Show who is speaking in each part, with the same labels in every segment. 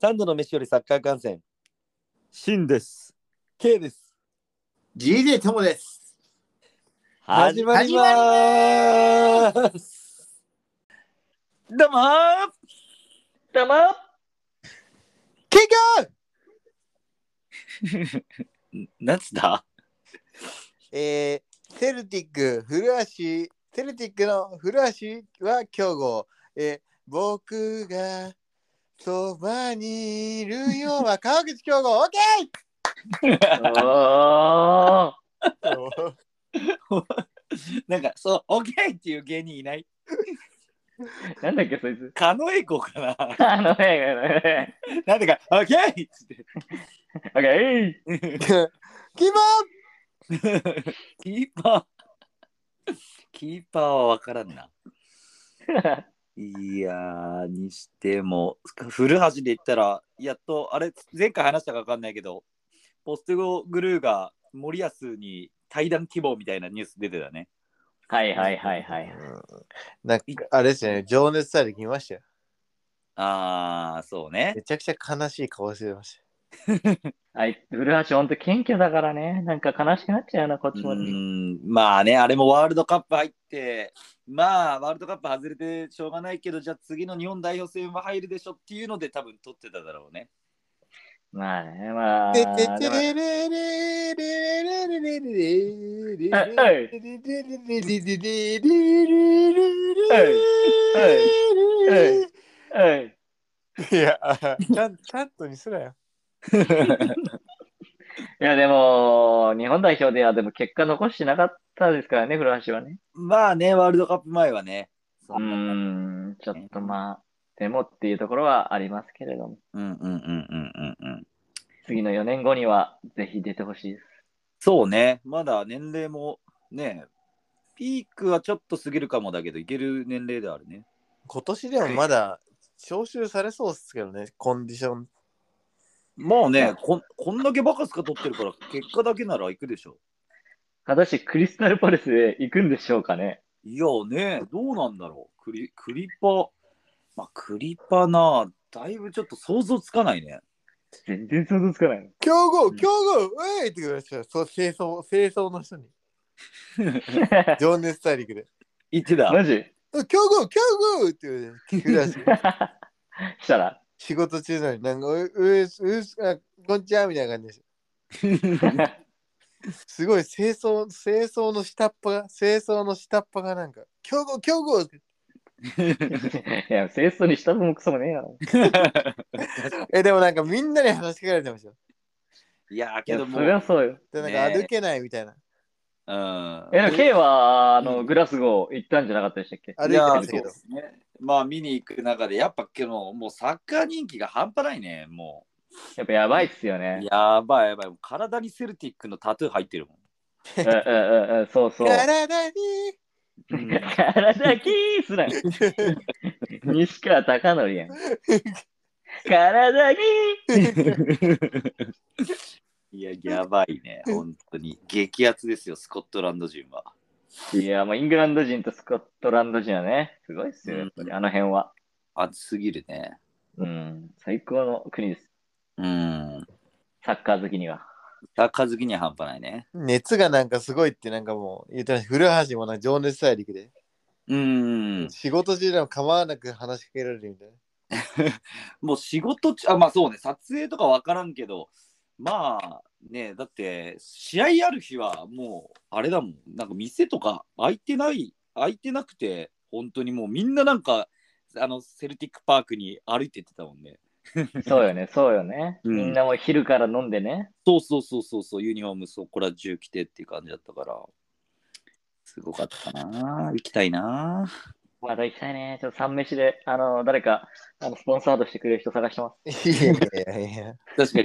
Speaker 1: 三度の飯よりサッカー観戦
Speaker 2: シンです。
Speaker 1: K です。
Speaker 3: GJ ともです。
Speaker 1: 始まりまーす。
Speaker 2: どうもー
Speaker 4: どうも
Speaker 1: ケイ
Speaker 2: なんつった
Speaker 1: えー、セルティック古橋セルティックの古橋は強豪。えー、僕がそばにいるよは川口強豪。オッケ
Speaker 4: あ
Speaker 1: ー。
Speaker 2: なんか、そう、オッケーっていう芸人いない
Speaker 4: ーなんだっけそいつ
Speaker 2: 狩野英孝かな
Speaker 4: あの ね
Speaker 2: なんでか、オッケーっつって。
Speaker 4: オッケー
Speaker 1: キモ
Speaker 2: キーパー。キーパーはわからんな。いやー、にしても、古橋で言ったら、やっと、あれ、前回話したかわかんないけど、ポステゴグルーが森保に対談希望みたいなニュース出てたね。
Speaker 4: はいはいはいはい
Speaker 1: なんかあれですね、情熱さえできましたよ。
Speaker 2: あー、そうね。
Speaker 1: めちゃくちゃ悲しい顔してまし
Speaker 4: あい古橋ほんと謙虚だからねなんか悲しくなっちゃうなこっ
Speaker 2: う
Speaker 4: ちまで
Speaker 2: んまあね、あれもワールドカップ入って、まあ、ワールドカップ外れてしょうがないけど、じゃあ次の日本代表戦は入るでしょっていうので、多分取ってただろうね。
Speaker 4: まあねまあ
Speaker 1: た。て
Speaker 4: でも
Speaker 1: ててれれれれれれれれれれれれ
Speaker 4: おいおい
Speaker 1: いや、ちゃんちゃんとにすらよ。
Speaker 4: いやでも日本代表ではでも結果残してなかったですからね古橋はね
Speaker 2: まあね、ワールドカップ前はね。そ
Speaker 4: うん
Speaker 2: な感じ
Speaker 4: んちょっとまあでもっていうところはありますけれども
Speaker 2: うんうんうんうんうんうん。
Speaker 4: 次の4年後にはぜひ出てほしいです
Speaker 2: そうね、まだ年齢もね、ピークはちょっと過ぎるかもだけど、いける年齢ではあるね。
Speaker 1: 今年でもまだ招集されそうですけどね、コンディション。
Speaker 2: まあね、こんこんだけバカスカ取ってるから、結果だけなら行くでしょ。
Speaker 4: 果たしてクリスタルパレスへ行くんでしょうかね
Speaker 2: いやね、どうなんだろう。クリクリパ、まあ、クリパな、だいぶちょっと想像つかないね。
Speaker 4: 全然想像つかない。
Speaker 1: 強豪、強豪、うえいって言われてたそう清掃、清掃の 人に。情熱大陸で。
Speaker 2: 言ってた。
Speaker 4: マジ
Speaker 1: 強豪、強豪って言われて、らし
Speaker 4: したら、
Speaker 1: 仕事中なのに、なんか、ううえす、うえす、あ、こんにちはみたいな感じです。すごい清掃、清掃の下っ端が、清掃の下っ端がなんか、強豪、強豪って。
Speaker 4: いや、清掃にしたともクソもねえやろ。
Speaker 1: え、でもなんかみんなに話しかけられてましたよ。
Speaker 2: いやー
Speaker 4: い
Speaker 2: け
Speaker 4: や、
Speaker 2: ど
Speaker 4: そ
Speaker 2: も
Speaker 4: り
Speaker 2: う、
Speaker 4: ゃそうよ。
Speaker 1: で、なん
Speaker 2: ねえ
Speaker 1: か歩けないみたいな。
Speaker 2: うん。
Speaker 4: え、でも K は、あの、
Speaker 1: うん
Speaker 4: グラスゴー行ったんじゃなかったでしたっけ
Speaker 1: 歩い
Speaker 2: い
Speaker 1: て
Speaker 2: や
Speaker 1: ま
Speaker 2: ー
Speaker 1: し
Speaker 2: そ
Speaker 1: たけ
Speaker 2: うで
Speaker 1: ど。
Speaker 2: すね。まあ見に行く中で、やっぱけど、もうサッカー人気が半端ないね、も
Speaker 4: やっぱやばいっすよ
Speaker 2: う。
Speaker 4: ね。
Speaker 2: やばいやばい、もう体にセルティックのタトゥー入ってるもん。
Speaker 4: うんうんうんうん、そうそう。
Speaker 1: 体に
Speaker 4: 体キーすな。西川貴教やん。体キ
Speaker 2: いや、やばいね、本当に。激アツですよ、スコットランド人は。
Speaker 4: ーいや、もうイングランド人とスコットランド人はね、すごいっすよ、やっぱり、あの辺は。
Speaker 2: 熱すぎるね。
Speaker 4: うん、最高の国です。
Speaker 2: うん。
Speaker 4: サッカー好きには。
Speaker 2: サッカー好きには半端ないね。
Speaker 1: 熱がなんかすごいってなんかもう言ってました。古橋もなんか情熱大陸で。
Speaker 2: うん。
Speaker 1: 仕事中でも構わなく話しかけられるみたいな。
Speaker 2: もう仕事中、あ、まあそうね、撮影とかわからんけど、まあね、だって、試合ある日はもう、あれだもん、なんか店とか開いてない、開いてなくて、本当にもうみんななんか、あの、セルティックパークに歩いてってたもんね。
Speaker 4: そうよね、そうよね。
Speaker 2: うん
Speaker 4: みんなもう昼から飲んでね。
Speaker 2: そうそうそうそうそう、ユニフォームそこら中着てっていう感じだったから、すごかったなぁ、行きたいなぁ。
Speaker 4: まだ行きたいね。ちょっと三飯で、あの、誰か、あの、スポンサードしてくれる人探してます。
Speaker 1: いやいやいや。
Speaker 2: 確 かに、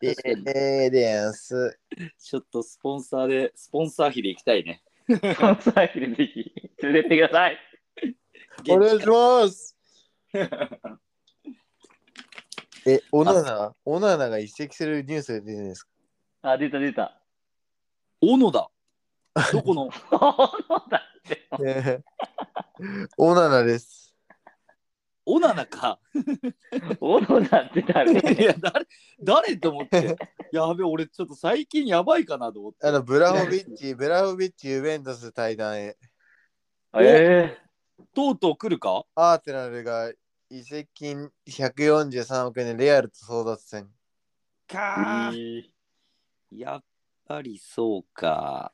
Speaker 1: でででんす。
Speaker 2: ちょっとスポンサーで、スポンサー費で行きたいね。
Speaker 4: スポンサー入れぜひ、連れてってください。
Speaker 1: お願いし ます。え、オナナオナナが移籍するニュースが出てるんですか
Speaker 4: あ、出た出た。
Speaker 2: 小野だ。ど この、
Speaker 4: そうだって。
Speaker 1: えーオナナです。
Speaker 2: オナナか。
Speaker 4: オロナって 誰
Speaker 2: いや、誰、誰と思って。やべ、俺ちょっと最近やばいかなと思って。
Speaker 1: あの、ブラホビッ チ、ブラホビッチ、ユベントス対談へ。
Speaker 4: え
Speaker 2: とうとう来るか
Speaker 1: アーセナルが移籍金143億円でレアルと争奪戦。
Speaker 2: か
Speaker 4: ー
Speaker 2: やっぱりそうか。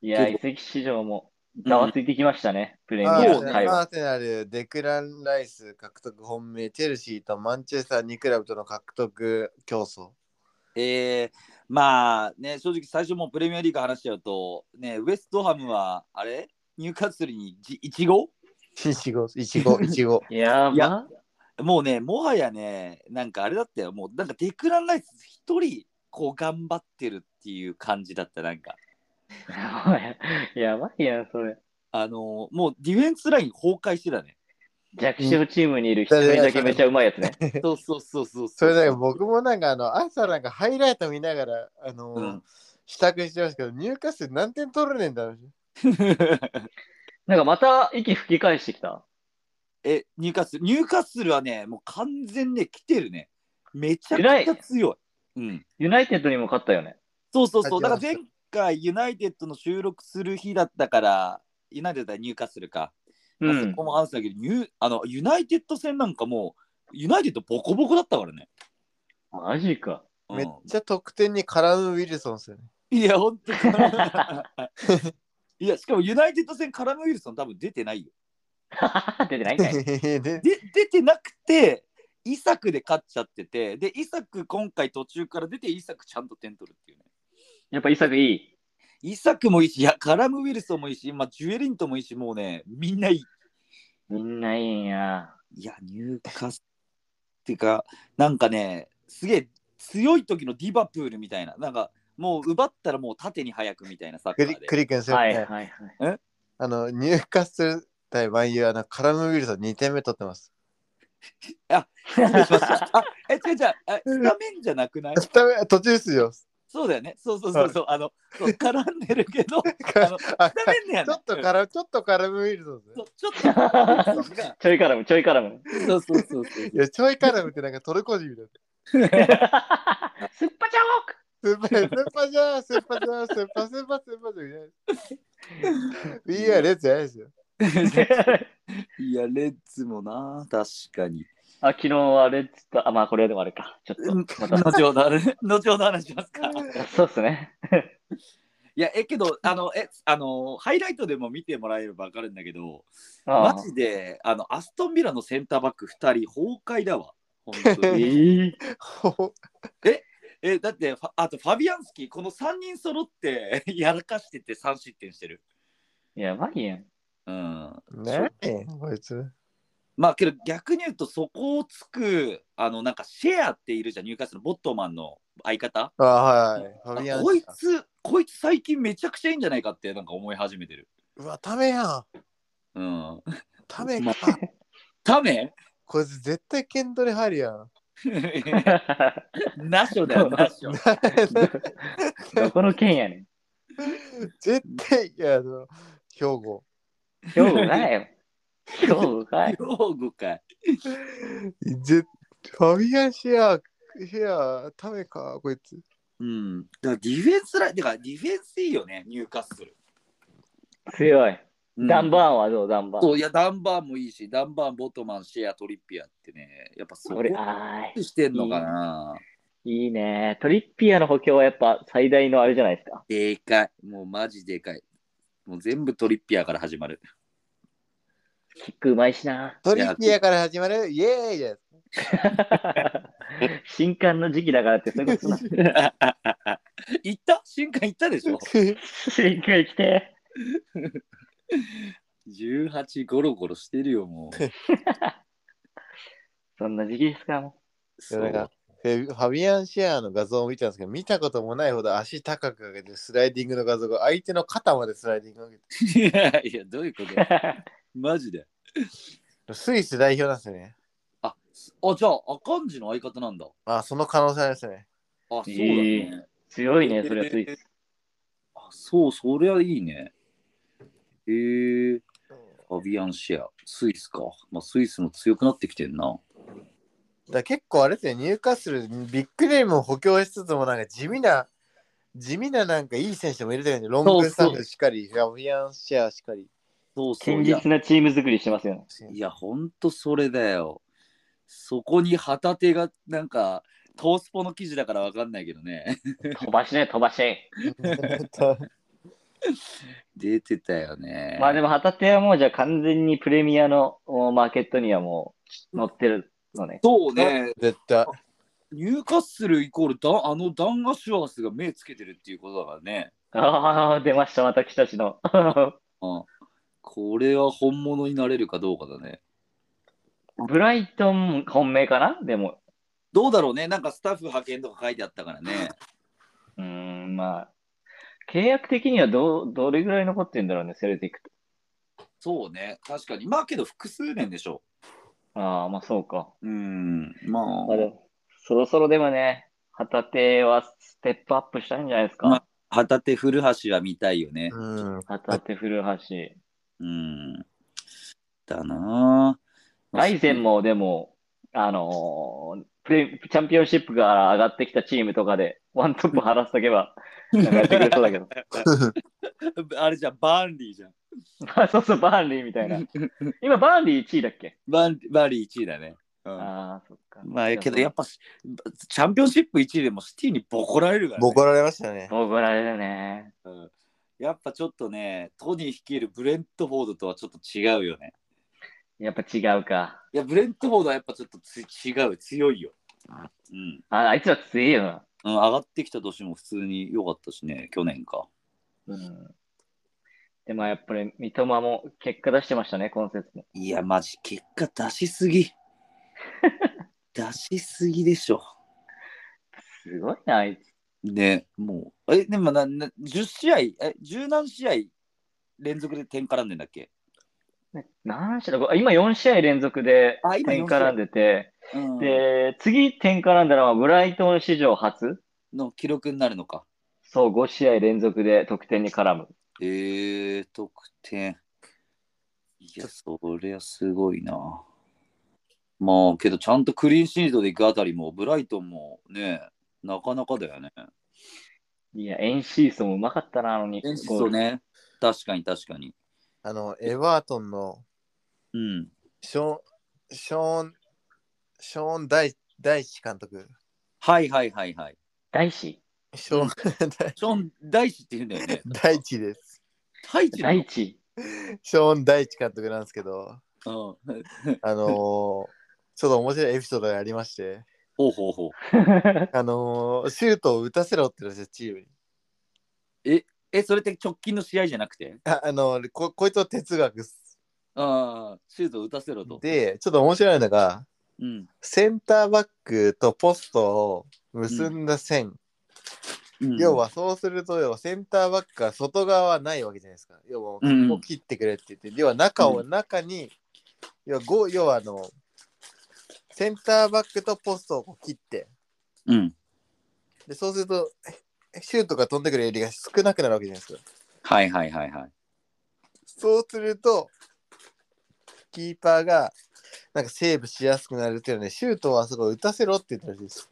Speaker 4: いや、移籍市場もざわついてきましたね、プレミ
Speaker 1: ア
Speaker 4: ア
Speaker 1: ーセ
Speaker 4: の
Speaker 2: そう
Speaker 1: ナ
Speaker 2: ね
Speaker 4: 会
Speaker 1: ル、
Speaker 4: 話。
Speaker 1: アーセナルデクラン・ライス獲得本命、チェルシーとマンチェスター2クラブとの獲得競争。
Speaker 2: えー、まあね、正直最初もうプレミアリーグ話しちゃうと、ね、ウエストハムは、あれニューカッスルにじいちご
Speaker 1: いちご、 いちご、いちご。
Speaker 4: や
Speaker 2: い
Speaker 4: ば
Speaker 2: やもうね、もはやね、なんかあれだったよ、もうなんかデクラン・ライス一人、こう頑張ってるっていう感じだった、なんか。
Speaker 4: やばいやん、それ。
Speaker 2: あのーもうディフェンスライン崩壊して たね。
Speaker 4: 弱小チームにいる一人だけめちゃうまいやつね。
Speaker 2: そうそうそうそうう。
Speaker 1: それだけ僕もなんかあの朝なんかハイライト見ながらあのー、
Speaker 2: うん
Speaker 1: 支度してますけど入荷数何点取れねえんだろう
Speaker 4: なんかまた息吹き返してきた。
Speaker 2: え、ニューカッスル。ニューカッスルはね、もう完全ね、来てるね。めちゃく
Speaker 4: 偉
Speaker 2: ちゃ
Speaker 4: い
Speaker 2: 強い。うん。
Speaker 4: ユナイテッドにも勝ったよね。
Speaker 2: そうそうそう。だから
Speaker 1: 勝
Speaker 2: 前
Speaker 1: ち
Speaker 2: 回、ユナイテッドの収録する日だったから、ユナイテッドはニューカッスルか。
Speaker 4: う
Speaker 2: まあそ
Speaker 4: ん
Speaker 2: こ。も話したけど、ニューあのユナイテッド戦なんかもう、ユナイテッドボコボコだったからね。
Speaker 4: マジか。
Speaker 2: うん
Speaker 1: めっちゃ得点に絡むウィルソンですよね。
Speaker 2: いや、本当か いや、しかもユナイテッド戦、カラム・ウィルソン多分出てないよ。
Speaker 4: 出てないんかい。
Speaker 1: で
Speaker 2: で出てなくて、イサクで勝っちゃってて、で、イサク今回途中から出て、イサクちゃんと点取るっていうね。
Speaker 4: やっぱイサクいい。
Speaker 2: イサクもいいし、いや、カラム・ウィルソンもいいし、まあ、ジュエリントもいいし、もうね、みんないい。
Speaker 4: みんないいんや。
Speaker 2: いや、入荷すっていうか、なんかね、すげえ強い時のディバプールみたいな、なんかもう奪ったらもう縦に早くみたいなサッカ
Speaker 1: ク
Speaker 2: ー
Speaker 1: リ
Speaker 2: で
Speaker 1: ク。リ君すよ
Speaker 4: はい
Speaker 1: ね、
Speaker 4: はいはい。
Speaker 1: あの入荷する対万有あのカラムウィルソン2点目取ってます。
Speaker 2: 失礼しましたあ、 え、違う違う、あスタメンじゃなくない
Speaker 1: スタメン途中出場。
Speaker 2: そうだよね。そうそうそうそう。あの、そう絡んでるけど、あの、
Speaker 1: あ
Speaker 2: ダメんだよね。
Speaker 1: ちょっと
Speaker 2: うん
Speaker 1: カラちょっとカラムウィルソンです
Speaker 2: そ
Speaker 1: ね
Speaker 2: うちょっと 絡んでる
Speaker 4: ちょい絡む、ちょい絡 む。
Speaker 2: のが。そうそうそうそう。
Speaker 1: いやちょいカラムってなんかトルコ人みたいな。
Speaker 4: スッパチャウォ
Speaker 1: スー
Speaker 4: ーク
Speaker 1: パースーパーじゃんスーパーじゃんスーパースーパースーパーじゃん。We are レッツじゃないですよ。
Speaker 2: いや、レッズもな、確かに。
Speaker 4: あ、昨日はレッツと、あ、まあこれでもあれか。ちょっと、また。
Speaker 2: 後ほど、後ほど話しますか。
Speaker 4: そうっすね。
Speaker 2: いや、え、けど、あの、え、あの、ハイライトでも見てもらえれば分かるんだけど、
Speaker 4: あ
Speaker 2: マジで、あの、アストンビラのセンターバック2人、崩壊だわ。本 当
Speaker 4: え
Speaker 2: に
Speaker 4: ー、
Speaker 1: ほ
Speaker 2: え、だってファ、あとファビアンスキー、この3人揃って、やらかしてて3失点してる。
Speaker 4: やばいやん。
Speaker 2: うん。
Speaker 1: ねえ、こいつ。
Speaker 2: まあ、けど逆に言うと、そこをつく、あの、なんか、シェアっているじゃん、ニューカッスルのボットマンの相方。
Speaker 1: あはい。ファビアン
Speaker 2: こいつ、こいつ最近めちゃくちゃいいんじゃないかって、なんか思い始めてる。
Speaker 1: うわ、ためやん。
Speaker 2: うん。
Speaker 1: ため
Speaker 2: ま
Speaker 1: か。
Speaker 2: ため
Speaker 1: こいつ絶対ケントリ入るやん。
Speaker 2: ナショだよ、ナショ。
Speaker 4: どこの県やね
Speaker 1: 絶対、いや、あの、兵庫。
Speaker 4: ん。兵庫かよ。兵庫かい。
Speaker 2: 用語かい。
Speaker 1: 絶ファビアンシア、シア、ためか、こいつ。
Speaker 2: うん。だからディフェンスライン、だからディフェンスいいよね、ニューカッスル。
Speaker 4: 強い。ダン
Speaker 2: ー
Speaker 4: バーンはどうダンバーン。
Speaker 2: そういや、ダンバーもいいし、ダンバー、ボトマン、シェア、トリッピアってね、やっぱそ
Speaker 4: 俺、
Speaker 2: れ
Speaker 4: あー
Speaker 2: してんのかな。
Speaker 4: いいね。トリッピアの補強はやっぱ最大のあれじゃないですか。
Speaker 2: でかい。もうマジでかい。もう全部トリッピアから始 まる。
Speaker 4: キックうまいしな。
Speaker 1: トリッピアから始まる、イエーイです。
Speaker 4: 新刊の時期だからってそういうことな。
Speaker 2: 行った瞬間行ったでしょ
Speaker 4: 新刊来て。
Speaker 2: 18ゴロゴロしてるよも う
Speaker 4: そんな時期ですかも
Speaker 1: いやなんかフェファビアンシアの画像を見たんですけど、見たこともないほど足高く上げてスライディングの画像が相手の肩までスライディングを上げて。
Speaker 2: いやいやどういう こと
Speaker 4: う。
Speaker 2: マジで
Speaker 1: スイス代表なんですよね。
Speaker 2: あすあじゃあ赤んじの相方なんだあ
Speaker 1: あ、その可能性ありますね。
Speaker 2: そうだね、
Speaker 4: え強いね、それはスイス。
Speaker 2: ああそう、そりゃいいね。へえファビアンシェア、スイスか。まあ、スイスも強くなってきてんな。
Speaker 1: だから結構あれですね、ニューカッスル、ビッグネームを補強しつつも、なんか地味な、地味ななんかいい選手もいるだけで、ロングサ
Speaker 2: そうそ
Speaker 1: フしかり、ファビアンシェアしか り。
Speaker 2: そうそう。
Speaker 4: 堅
Speaker 2: いや
Speaker 4: 実なチーム作りしてますよね。
Speaker 2: いや、ほんとそれだよ。そこに旗手が、なんか、トースポの記事だからわかんないけどね。
Speaker 4: 飛ばしね、飛ばし。
Speaker 2: 出てたよね。
Speaker 4: まあでも、旗手はもうじゃあ完全にプレミアのおマーケットにはもう乗ってるのね。
Speaker 2: そうね、
Speaker 1: 絶対。
Speaker 2: ニューカッスルイコールダン、あのダン・アシュアースが目つけてるっていうことだからね。
Speaker 4: ああ、出ました、また北地の。
Speaker 2: うん、これは本物になれるかどうかだね。
Speaker 4: ブライトン本命かなでも。
Speaker 2: どうだろうね、なんかスタッフ派遣とか書いてあったからね。
Speaker 4: うーん、まあ。契約的にはどう、どれぐらい残ってんだろうね、セルティック
Speaker 2: そうね、確かに。まあけど複数年でしょ。
Speaker 4: と。ああ、まあそうか。
Speaker 2: うん、まあ
Speaker 4: まあ、でも、そろそろでもね、旗手はステップアップしたいんじゃないですか。
Speaker 2: まあ旗手古橋は見たいよね。
Speaker 1: うん。
Speaker 4: 旗手、古橋。
Speaker 2: うん。だなぁ。
Speaker 4: ライゼンもでも、あのープレ、チャンピオンシップから上がってきたチームとかで、ワントップ晴らしとけば、なんかやってくれそうだけど。
Speaker 2: あれじゃん、バーンリーじゃん。
Speaker 4: まあそうそう、バーンリーみたいな。今、バーンリー1位だっけ
Speaker 2: バーンバーンリー1位だね。うん、
Speaker 4: ああ、そっか。
Speaker 2: まあ、けどやっぱし、チャンピオンシップ1位でもシティにボコられるから、ね。
Speaker 1: ボコられましたね。
Speaker 4: 怒られるね。
Speaker 2: うんやっぱちょっとね、トニー率いるブレントフォードとはちょっと違うよね。
Speaker 4: やっぱ違うか。
Speaker 2: いや、ブレントフォードはやっぱちょっとつ違う、強いよ。うん。
Speaker 4: ああいつら強いよな。
Speaker 2: うん、上がってきた年も普通に良かったしね、去年か。
Speaker 4: うん。でもやっぱり三笘も結果出してましたね、今節も。
Speaker 2: いや、マジ、結果出しす ぎ。出しすぎでしょ。
Speaker 4: すごいな、あいつ。
Speaker 2: ね、もう。え、でもな、な10試合、え、十何試合連続で点絡んでんだっけ
Speaker 4: ね何試合だ今4試合連続で
Speaker 2: あ今
Speaker 4: 点
Speaker 2: 四試合
Speaker 4: 絡んでて、
Speaker 2: うん、
Speaker 4: で、次点絡んだのはブライトン史上初、
Speaker 2: の記録になるのか。
Speaker 4: そう、5試合連続で得点に絡む。
Speaker 2: えー、得点。いや、そりゃすごいな。まあ、けど、ちゃんとクリーンシードで行くあたりも、ブライトンもね、なかなかだよね。
Speaker 4: いや、エンシーソンもうまかったな、あのに。
Speaker 2: 演出とね、確かに確かに。
Speaker 1: あの、エバートンの
Speaker 2: うん。
Speaker 1: ショーン、ショーン、ショーン大大地監督。
Speaker 2: はいはいはいはい。
Speaker 4: 大師
Speaker 1: ショーン大
Speaker 2: ショーン・大地って言うんだよね。
Speaker 1: 大地です。
Speaker 2: 大地な
Speaker 4: 大
Speaker 2: の
Speaker 4: 地
Speaker 1: ショーン大地監督なんですけど、
Speaker 2: うん。
Speaker 1: あ のー、ちょっと面白いエピソードがありまして、
Speaker 2: ほうほうほう。
Speaker 1: あのー、シュートを打たせろって言うんですよ、チームに。
Speaker 2: え、それって直近の試合じゃなくて
Speaker 1: あ、あのーこ、こいつは哲学っす。
Speaker 2: ああ、シュートを打たせろと。
Speaker 1: で、ちょっと面白いのが、
Speaker 2: うん。
Speaker 1: センターバックとポストを結んだ線。
Speaker 2: うん
Speaker 1: 要。はそうすると、要はセンターバックが外側はないわけじゃないですか。要はもう
Speaker 2: うん
Speaker 1: ここ切ってくれって言って、要は中を
Speaker 2: う
Speaker 1: 中に、要はゴ要はあの、センターバックとポストをこう切って、
Speaker 2: うん。
Speaker 1: でそうすると、えシュートが飛んでくるエリアが少なくなるわけじゃないですか。
Speaker 2: はいはいはいはい。
Speaker 1: そうすると、キーパーがなんかセーブしやすくなるっていうので、シュートはあそこ打たせろって言ったらしいです。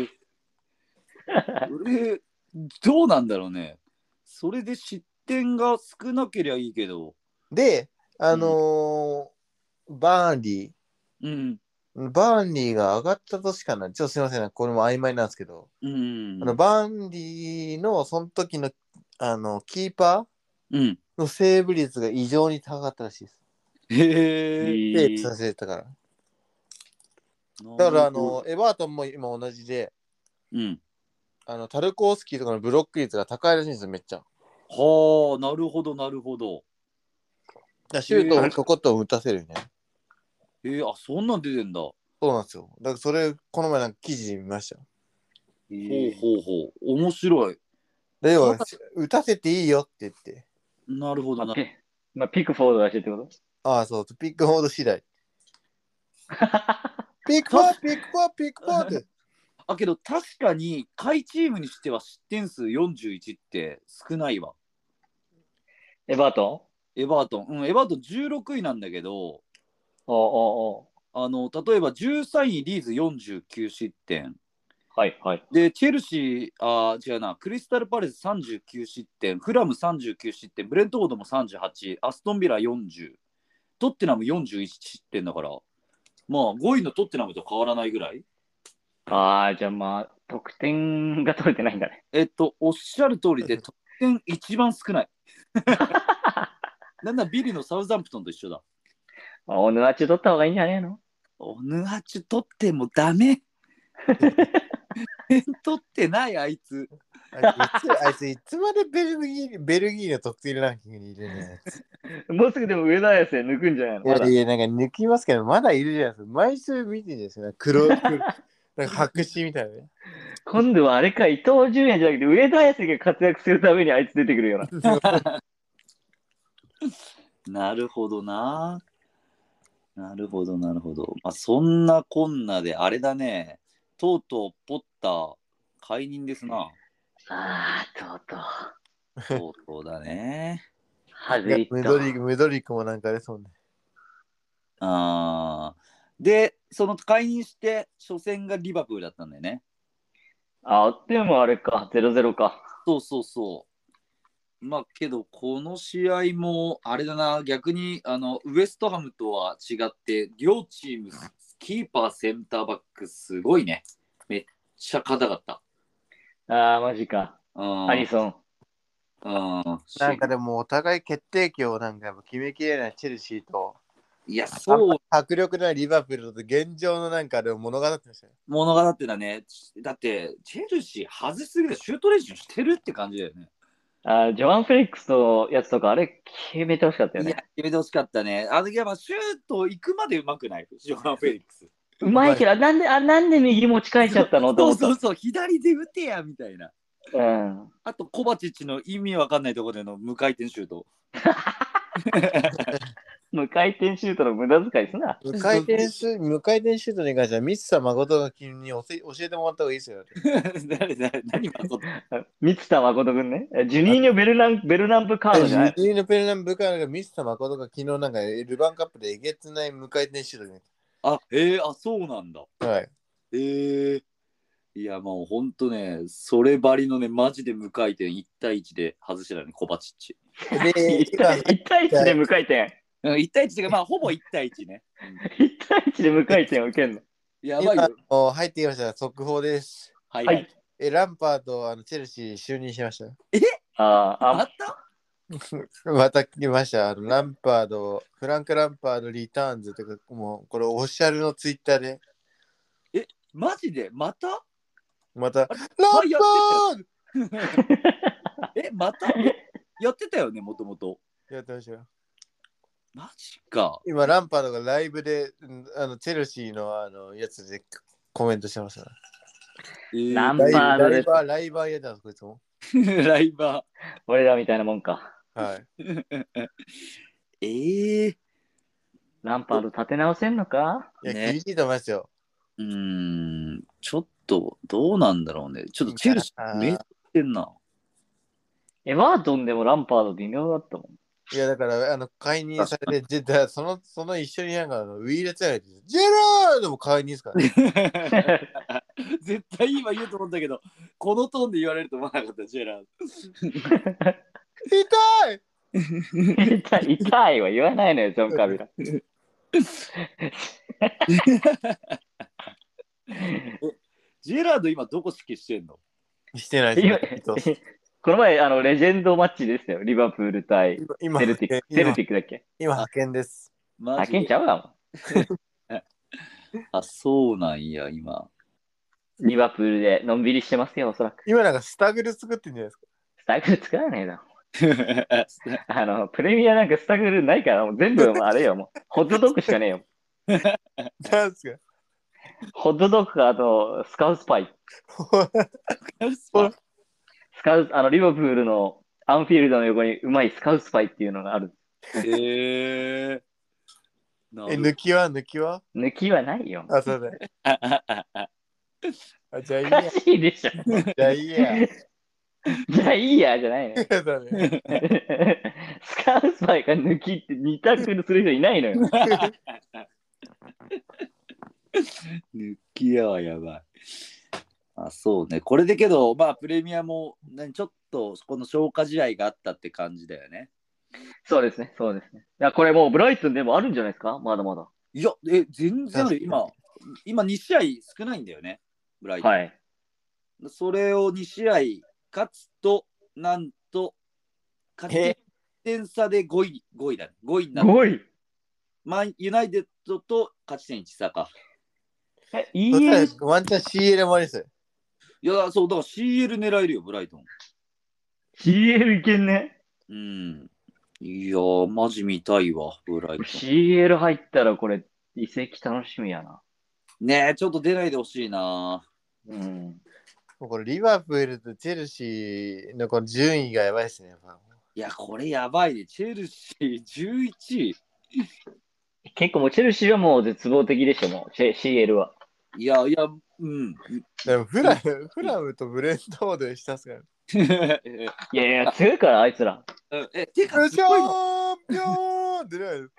Speaker 2: え。それ、どうなんだろうね。それで失点が少なけりゃいいけど。
Speaker 1: で、あのーバーンリー、
Speaker 2: うん。
Speaker 1: バーンリーが上がった年かな。ちょっとすいません、これも曖昧なんですけど、
Speaker 2: うん
Speaker 1: あ。のバーンリーのその時のあのキーパ
Speaker 2: うん。
Speaker 1: ーのセーブ率が異常に高かったらしいです。
Speaker 4: え
Speaker 2: へえ。
Speaker 1: セーブ
Speaker 4: ー
Speaker 1: させてたから。だから、あの、エバートンも今同じで、
Speaker 2: うん。
Speaker 1: あのタルコースキーとかのブロック率が高いらしいんですよ、めっちゃ。だか
Speaker 2: はあ、なるほど、なるほど。
Speaker 1: らシュート
Speaker 2: へ
Speaker 1: を
Speaker 2: え
Speaker 1: ちょこっと打たせるよね。
Speaker 2: えあ、そんなん出てんだ。ほ
Speaker 1: そうなんですよ。だからそれ、この前なんか記事で見ましたよ。
Speaker 2: うほうほう。面白い。
Speaker 1: で、要は、打たせていいよって言って。
Speaker 2: なるほど
Speaker 4: まあ
Speaker 2: な。
Speaker 4: ピまあ、ピクフォードだしってこと
Speaker 1: ああ、そう、ピッ クフォード次第。ピックフォード、ピックフォード、ピックフォード。
Speaker 2: あ、けど確かに、下位チームにしては失点数41って少ないわ。
Speaker 4: エバート
Speaker 2: エバートン。うん、エバートン16位なんだけど、
Speaker 4: ンおうおうお
Speaker 2: あの、例えば13位リーズ49失点。
Speaker 4: うはいはい。
Speaker 2: で、チェルシー、あー違うな、クリスタルパレス39失点、フラム39失点、ブレントフォードも38、アストンビラ40、トッテナム41失点だから、まあ5位のトッテナムと変わらないぐらい。
Speaker 4: ああ、じゃあまあ、得点が取れてないんだね。
Speaker 2: えっと、おっしゃる通りで、得点一番少ない。なんだ、ビリのサウザンプトンと一緒だ。
Speaker 4: まあ、オヌアチ取った方がいいんじゃねえの
Speaker 2: おぬはち取ってもダメ。点取ってない、あいつ。
Speaker 1: あいつあいついつまでベルギーベルギーの得点ランキングにいるね。
Speaker 4: もうすぐでも上田やつで抜くんじゃないの
Speaker 1: いやいや、なんか抜きますけど、まだいるじゃないですか。毎週見てるんですよ。 黒、黒なんか白紙みたいなね。
Speaker 4: 今度はあれか、伊藤純也じゃなくて、上田綺世が活躍するためにあいつ出てくるような。
Speaker 2: なるほどな。なるほど、なるほど。まあ、そんなこんなで、あれだね。とうとうポッター解任ですな。
Speaker 4: ああ、とうとう。
Speaker 2: とうとうだね。
Speaker 4: 外
Speaker 1: いや
Speaker 4: れ
Speaker 1: ムドリ
Speaker 4: た。
Speaker 1: ク、ムドリクもなんかですもんね。
Speaker 2: あーで、その解任して、初戦がリバプールだったんだよね。
Speaker 4: あ、でもあれか、0-0か。
Speaker 2: そうそうそう。まあけど、この試合も、あれだな、逆にあのウエストハムとは違って、両チーム、キーパー、センターバック、すごいね。めっちゃ硬かった。
Speaker 4: ああ、マジか。
Speaker 2: うん。
Speaker 4: アリソン。
Speaker 2: うん
Speaker 1: なんかでも、お互い決定機をなんか決めきれないチェルシーと、
Speaker 2: いや、そう、
Speaker 1: 迫力のないリバプールと現状のなんかでも物語ってましたよ。
Speaker 2: 物語ってだね。だって、チェルシー外しすぎてシュート練習してるって感じだよね。
Speaker 4: あージョアン・フェリックスのやつとか、あれ、決めてほしかったよ
Speaker 2: いや
Speaker 4: ね。、
Speaker 2: 決めてほしかったね。あの、やっぱシュート行くまでうまくない、ジョアン・フェリックス。
Speaker 4: うまいけど、あなんで、あ、なんで右持ち帰っちゃったのと思っ
Speaker 2: そう
Speaker 4: た。
Speaker 2: そうそう、左で打てや、みたいな。
Speaker 4: うん。
Speaker 2: あと、コバチッチの意味わかんないところでの無回転シュート。
Speaker 4: 無回転シュートの無駄遣いすな。
Speaker 1: 無回転シュート、無回転シュートに関しては、ミッサー誠が君に教え教えてもらった方がいいですよ。
Speaker 2: 誰誰何誠
Speaker 4: 三田誠くんね。ジュニーニョ・ベルランベルナンプカードじゃない。
Speaker 1: ジュニーのペルナンブカーがミスター誠が昨日なんかルヴァンカップでえげつない無回転シュート
Speaker 2: あ、えー、あ、そうなんだ。
Speaker 1: で。はい。
Speaker 2: えー、いや、もうほんとね、そればりのね、マジで無回転1対1で外してたね、コバチッチ。
Speaker 1: で、
Speaker 4: 1対1対1で無回転。
Speaker 2: うん、1対1っていうか、まあ、ほぼ1対1ね。
Speaker 4: 1対1で無回転を受けるの。
Speaker 2: うんやばい
Speaker 1: 今
Speaker 2: よ。
Speaker 1: もう入ってきました。速報です。
Speaker 2: はい、
Speaker 4: は
Speaker 2: はいい。
Speaker 1: え、ランパーとあのチェルシー就任しました。
Speaker 4: あー
Speaker 2: あ
Speaker 4: あ、
Speaker 2: った
Speaker 1: また来ました。あのランパード、フランク・ランパードリターンズとか、もうこれオフィシャルのツイッターで、
Speaker 2: マジでまた
Speaker 1: また、ランパ
Speaker 2: 前や
Speaker 1: ード
Speaker 2: え、またやってたよね、もともと。
Speaker 1: やってましたよ。
Speaker 2: マジか。
Speaker 1: 今、ランパードがライブで、うんあのチェルシーのあのやつでコメントしてました。
Speaker 2: えー
Speaker 4: なん
Speaker 1: ライ
Speaker 4: ランパード
Speaker 1: ラ
Speaker 4: で
Speaker 1: イ
Speaker 4: す
Speaker 1: バー、ライバーやったんです、こいつも。
Speaker 2: ライバー。
Speaker 4: 俺らみたいなもんか。
Speaker 1: はい。
Speaker 2: えー、
Speaker 4: ランパード立て直せんのか
Speaker 1: いや、
Speaker 2: ね
Speaker 1: 厳しいと思いますよ。
Speaker 2: うーん、ちょっとどうなんだろうね。ちょっとチェルシ
Speaker 1: あ
Speaker 2: ー
Speaker 1: ー
Speaker 2: めっちゃってんな。
Speaker 4: エバートンでもランパード微妙だったも ん。
Speaker 1: いや、だから、あの、解任されて、でだその、その一緒になんか、あのウィーレツやられて、ジェラードも解任ですからね。
Speaker 2: 絶対今言うと思ったけど、このトーンで言われると思わなかった、ジェラー
Speaker 1: 痛い
Speaker 4: 痛い痛いは言わないのよ、ジョン・カビラ。
Speaker 2: ジェラード今どこ指揮してんの
Speaker 1: してない
Speaker 4: 今
Speaker 1: ですよ。
Speaker 4: この前、あの、レジェンドマッチでしたよ。リバプール対
Speaker 1: 今、今
Speaker 4: セルティック。セル
Speaker 1: 今
Speaker 4: ティックだっけ
Speaker 1: 今派遣です。
Speaker 2: マ
Speaker 4: あ、
Speaker 2: ジで
Speaker 4: けんちゃうだ
Speaker 2: あ、そうなんや、今。
Speaker 4: もん。リバプールでのんびりしてますよ、おそらく。
Speaker 1: 今なんかスタグル作ってんじゃないですか。
Speaker 4: スタグル作らねえだろ。 あの、プレミアなんかスタグルないから、もう全部もうあれよ、も う。ホットドッグしかねえよ。
Speaker 1: なんですか
Speaker 4: ホットドッグか、あと、スカウスパイ。スカウス、あの、リバプールのアンフィールドの横にうまいスカウスパイっていうのがある。
Speaker 2: えー、な
Speaker 1: え、
Speaker 2: る
Speaker 1: 抜きは抜きは
Speaker 4: 抜きはないよ。
Speaker 1: あ、そうだね。あじゃあい
Speaker 4: お
Speaker 1: い
Speaker 4: か
Speaker 1: や。
Speaker 4: しいでしょ。
Speaker 1: じゃあいいや。
Speaker 4: じゃあいいや、じゃないのよ。
Speaker 1: そうだね
Speaker 4: スカウスパイが抜きって二択する人いないのよ。
Speaker 2: 抜き屋はやばい。あそうね、これでけど、まあ、プレミアも、ね、ちょっとこの消化試合があったって感じだよね。
Speaker 4: そうですね、そうですね。いや、これもうブライトンでもあるんじゃないですかまだまだ。
Speaker 2: いや、え全然
Speaker 1: 確
Speaker 2: ある
Speaker 1: かに
Speaker 2: 今、今2試合少ないんだよね、ブライトン
Speaker 4: はい。
Speaker 2: それを2試合勝つと、なんと、勝ち点差で5位、5位だ、ね。5位になる。
Speaker 4: ごい。
Speaker 2: まあ、ユナイテッドと勝ち点1差か。
Speaker 4: え、
Speaker 1: そ
Speaker 4: いいえ
Speaker 1: したらワンチャン CL もありですよ。
Speaker 2: いや、そう、だから CL 狙えるよ、ブライトン。
Speaker 4: CL いけんね。
Speaker 2: うん。いやー、マジ見たいわ、ブライトン。
Speaker 4: CL 入ったらこれ、移籍楽しみやな。
Speaker 2: ねえ、ちょっと出ないでほしいな。
Speaker 4: うん。
Speaker 1: もうこれリバプールとチェルシーのこの順位がやばいですね。やっぱ
Speaker 2: いや、これやばいね。チェルシー11位。
Speaker 4: 結構もうチェルシーはもう絶望的でしょ、もう。チェ CL は。
Speaker 2: いや、いや、うん。
Speaker 1: でもフラム、フラムとブレントフォードでしたっすから。
Speaker 4: いやいや、強いから、あいつら。
Speaker 2: え、てか、す
Speaker 1: チャ
Speaker 2: ごいの
Speaker 1: ンピオン出ないです。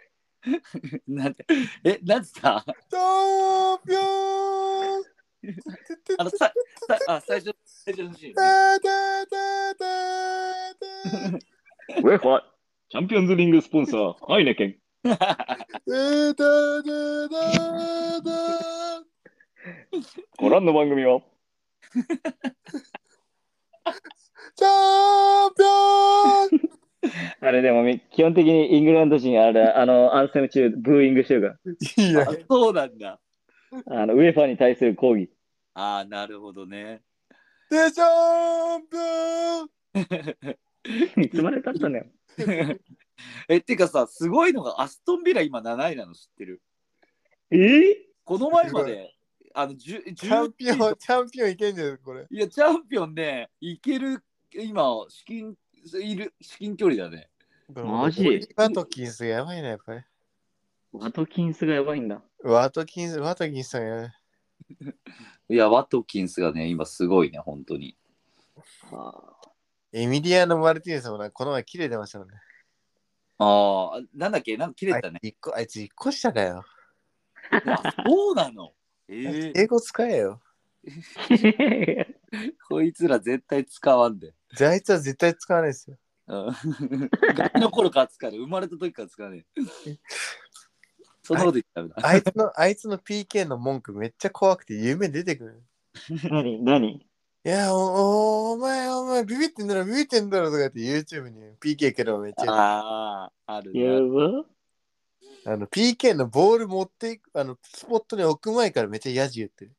Speaker 2: なんて、え、なんつった
Speaker 1: チャンピオン
Speaker 2: あの、さ、さあ、最初、最初のシーンね、
Speaker 1: ダダダダダ
Speaker 4: ウェファチャンピオンズリングスポンサー、ハイネケン。
Speaker 1: ダダダダダ
Speaker 4: ご覧の番組は、
Speaker 1: チャンピオン
Speaker 4: あれでもみ基本的にイングランド人あれあのアンセム中ブーイングしてる
Speaker 1: いや
Speaker 2: あ、そうなんだ。
Speaker 4: からあのウェファーに対する抗議
Speaker 2: ああ、なるほどね。
Speaker 1: でチャンピオン
Speaker 4: いつまで経ったんだよ
Speaker 2: え、てかさ、すごいのが、アストンビラ今7位なの知ってる。
Speaker 4: えー、
Speaker 2: この前まで、あの、10
Speaker 1: チャンピオ
Speaker 2: 10
Speaker 1: ン、チャンピオンいけんじゃん、これ。
Speaker 2: いや、チャンピオンね、いける、今、至近、いる、至近距離だね。
Speaker 4: マジ
Speaker 1: ワトキンスがやばいな、やっぱり。
Speaker 4: ワトキンスがやばいんだ
Speaker 1: ワトキンス、ワトキンスさんがやばい。
Speaker 2: いや、ワトキンスがね、今すごいね、本当に。
Speaker 1: エミリアノ・マルティネスもな、この前切れてましたもんね。
Speaker 2: ああ、なんだっけ、なんか切れ
Speaker 1: あ
Speaker 2: たね。
Speaker 1: いつ一個あいつ一個しただよ。
Speaker 2: あそうなの。ええ
Speaker 1: 英語使えよ。
Speaker 2: こいつら絶対使わんで。
Speaker 1: じゃああいつは絶対使わない ですよ。
Speaker 2: うん。 ガキの頃から使う。生まれた時から使わねえ。そんなこと言ったらダメだ。
Speaker 1: あいつの、あいつの PK の文句めっちゃ怖くて夢出てくる。
Speaker 4: 何何
Speaker 1: いや、おおお前、お前、ビビってんだろ、ビビってんだろとか言って YouTube に PK けどめっちゃ。
Speaker 2: ああ、ある
Speaker 4: や
Speaker 2: な。
Speaker 4: ば
Speaker 1: あの PK のボール持っていく、あの、スポットに置く前からめっちゃヤジ言ってる。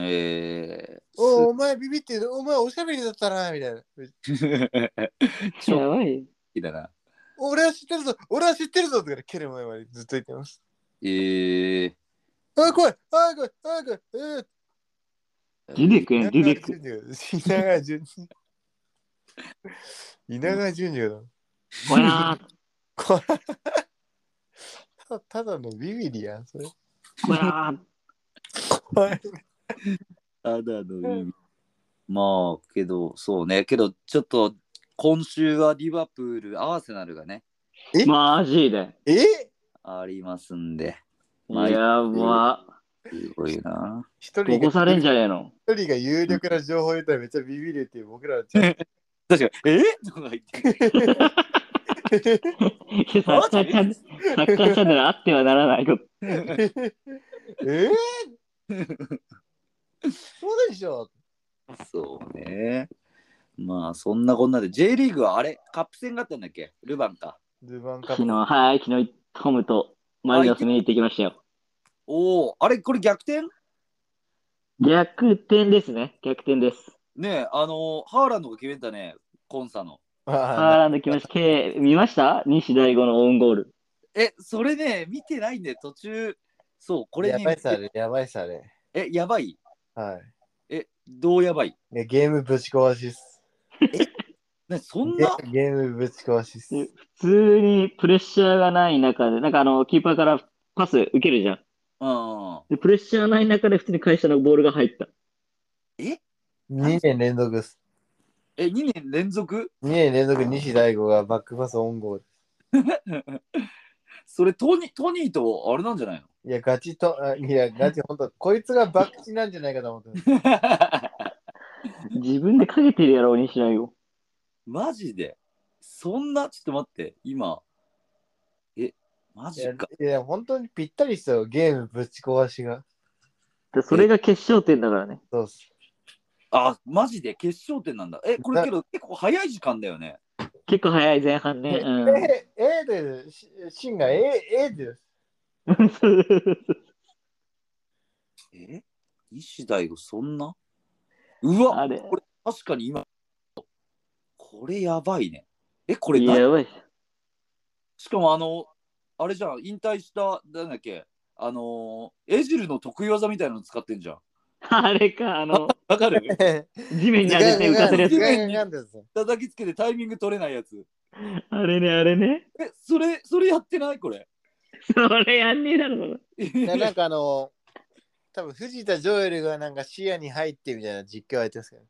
Speaker 2: ええ
Speaker 1: おお、お前、ビビってんだお前、おしゃべりだったな、みたいな。
Speaker 4: やばい
Speaker 2: いいだな。
Speaker 1: 俺は知ってるぞ俺は知ってるぞとかで蹴る前までずっと言ってます。
Speaker 2: ええ
Speaker 1: あー、怖いあー、怖いあー、怖いえー
Speaker 4: 出てくん出てく ん
Speaker 1: 稲川淳二。稲川淳二だ。
Speaker 4: ほや
Speaker 1: こらただただのビビリやん、それ。
Speaker 4: ーほやー
Speaker 1: 怖い
Speaker 2: ただの意味。まあ、けど、そうね。けど、ちょっと、今週はリバプール、アーセナルがね、
Speaker 4: マジで
Speaker 1: え
Speaker 2: ありますんで。まあ
Speaker 4: やば
Speaker 2: すごいな。
Speaker 1: 一人
Speaker 4: 起こさ
Speaker 1: が
Speaker 4: れんじゃねえの
Speaker 1: 一人が有力な情報言ったらめっちゃビビるっていう僕らのチャン
Speaker 2: 確かに、えとか言って。
Speaker 4: サッカーチャンネルサッカーチャンネルあってはならないこと
Speaker 1: ス。えー、そうでしょ
Speaker 2: そうね。まあ、そんなこんなで、J リーグはあれ、カップ戦があったんだっけルヴァンか。
Speaker 1: ルヴァンカッ
Speaker 4: 昨
Speaker 1: プ。
Speaker 4: 日はい昨日トムとマリノス見に行ってきましたよ
Speaker 2: おお、あれ、これ逆転
Speaker 4: 逆転ですね。逆転です。
Speaker 2: ねえ、あのーハーランドが決めたね、コンサの。
Speaker 4: ハー
Speaker 1: あ
Speaker 4: ランド来ました。K、見ました西大五のオウンゴール。
Speaker 2: え、それね、見てないんで、途中、そう、こ
Speaker 1: こ
Speaker 2: れ
Speaker 1: や
Speaker 2: ね
Speaker 1: ばいっすあれ、やばいっすあれ。
Speaker 2: え、やばい
Speaker 1: はい。
Speaker 2: え、どうやばい
Speaker 1: いやゲームぶち壊しっす。
Speaker 2: ね、そん
Speaker 1: ゲ
Speaker 2: な
Speaker 1: ゲームぶち壊しっす。
Speaker 4: え普通にプレッシャーがない中で、なんかあの、キーパーからパス受けるじゃん。
Speaker 2: うん。
Speaker 4: でプレッシャーない中で普通に会社のボールが入った。
Speaker 2: え
Speaker 1: 2年連続です。
Speaker 2: え、2年連続
Speaker 1: 2年連続西大吾がバックパスオンゴール。
Speaker 2: それトニ、トニーとあれなんじゃないの
Speaker 1: いや、ガチと、あいや、ガチ、本当こいつがバッチなんじゃないかと思ってます。
Speaker 4: 自分でかけてるやろ、西野よ。
Speaker 2: マジでそんな、ちょっと待って、今。え、マジ
Speaker 1: いや
Speaker 2: か。
Speaker 1: いや、本当にぴったりしたよ、ゲームぶち壊しが。
Speaker 4: でそれが決勝点だからね。
Speaker 1: そうっす。
Speaker 2: あ、マジで決勝点なんだ。え、これけど結構早い時間だよね。
Speaker 4: 結構早い前半ね。うん、
Speaker 1: え、えです、しシンがえ、えです。
Speaker 2: え西大吾そんなう わ
Speaker 4: あれ
Speaker 2: これ確かに今、これやばいね。え、これ
Speaker 4: いや
Speaker 2: な
Speaker 4: やばい。
Speaker 2: しかもあの、あれじゃん、引退した、なんだっけ、あのー、エジルの得意技みたいなの使ってんじゃん。
Speaker 4: あれか、あの、
Speaker 2: わかる
Speaker 4: 地面に当てて浮かせるや
Speaker 2: 違う
Speaker 4: つ。
Speaker 2: 違う違
Speaker 1: なんです。
Speaker 2: 叩きつけてタイミング取れないやつ。
Speaker 4: あれね、あれね。
Speaker 2: え、それ、それやってないこれ。
Speaker 4: それやんねえだろ。
Speaker 1: いやなんかあの、多分藤田ジョエルがなんか視野に入ってみたいな実況はやってますけど。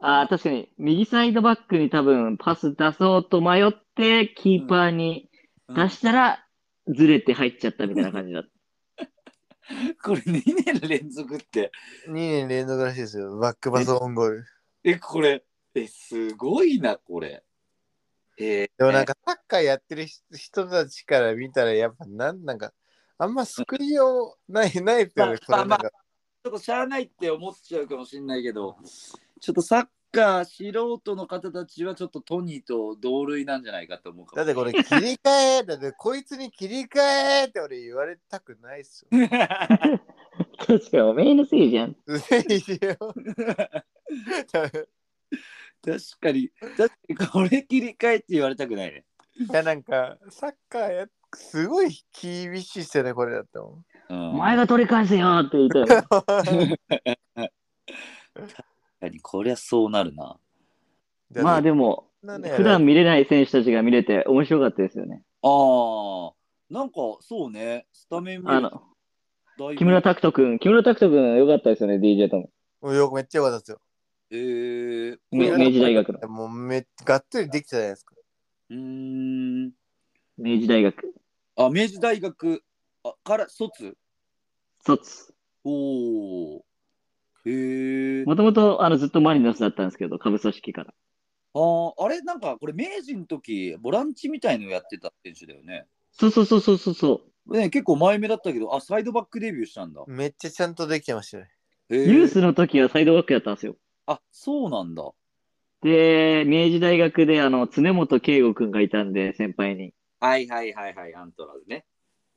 Speaker 4: ああ、確かに、右サイドバックに多分パス出そうと迷って、キーパーに出したら、ずれて入っちゃったみたいな感じだった。
Speaker 2: これ2年連続って。
Speaker 1: 2年連続らしいですよ、バックパスオンゴール。
Speaker 2: え、これ、え、すごいな、これ。えー
Speaker 1: でもなんかサッカーやってる人人たちから見たらやっぱなんなんかあんま救いようないないってよね。
Speaker 2: まあ
Speaker 1: これなんか
Speaker 2: ちょっとしゃあないって思っちゃうかもしれないけど、ちょっとサッカー素人の方たちはちょっとトニーと同類なんじゃないかと思うか
Speaker 1: だ
Speaker 2: も
Speaker 1: ってこれ切り替えだって こいつに切り替えって俺言われたくないっすよ。
Speaker 4: 確かに、おめえのせいじゃん。
Speaker 1: うぜいよ。多分
Speaker 2: 確かに、確かにこれ切り替えって言われたくないね。
Speaker 1: いやなんかサッカーやすごい厳しいっすよねこれだってもん。
Speaker 2: うん、
Speaker 4: お前が取り返せよって言いたい な。
Speaker 2: 確かにこりゃそうなるな。
Speaker 4: まあでも、
Speaker 1: も
Speaker 4: 普段見れない選手たちが見れて面白かったですよね。
Speaker 2: あー、なんかそうね、スタメンも
Speaker 4: あの、
Speaker 2: だいぶ
Speaker 4: 木村拓人君、木村拓人君良かったですよね、DJ とも。
Speaker 1: よくめっちゃ良かったっすよ。
Speaker 2: えー、
Speaker 4: み明治大学の。
Speaker 1: もうめっがっつりできてたじゃないですか。
Speaker 2: うーん、
Speaker 4: 明治大学、
Speaker 2: あ、明治大学あから卒
Speaker 4: 卒。
Speaker 2: おー。へえ。
Speaker 4: もともとあのずっとマリノスだったんですけど、下部組織から。
Speaker 2: あーあれなんかこれ明治の時ボランチみたいのやってた選手だよね。
Speaker 4: そうそうそうそうそうそう。
Speaker 2: ね結構前目だったけどあサイドバックデビューしたんだ。
Speaker 1: めっちゃちゃんとできてましたね。
Speaker 2: へー
Speaker 4: ユースの時はサイドバックだったんですよ。
Speaker 2: あそうなんだ。
Speaker 4: で、明治大学であの常本圭吾君がいたんで、先輩に。
Speaker 2: はいはいはいはいアントラーズね。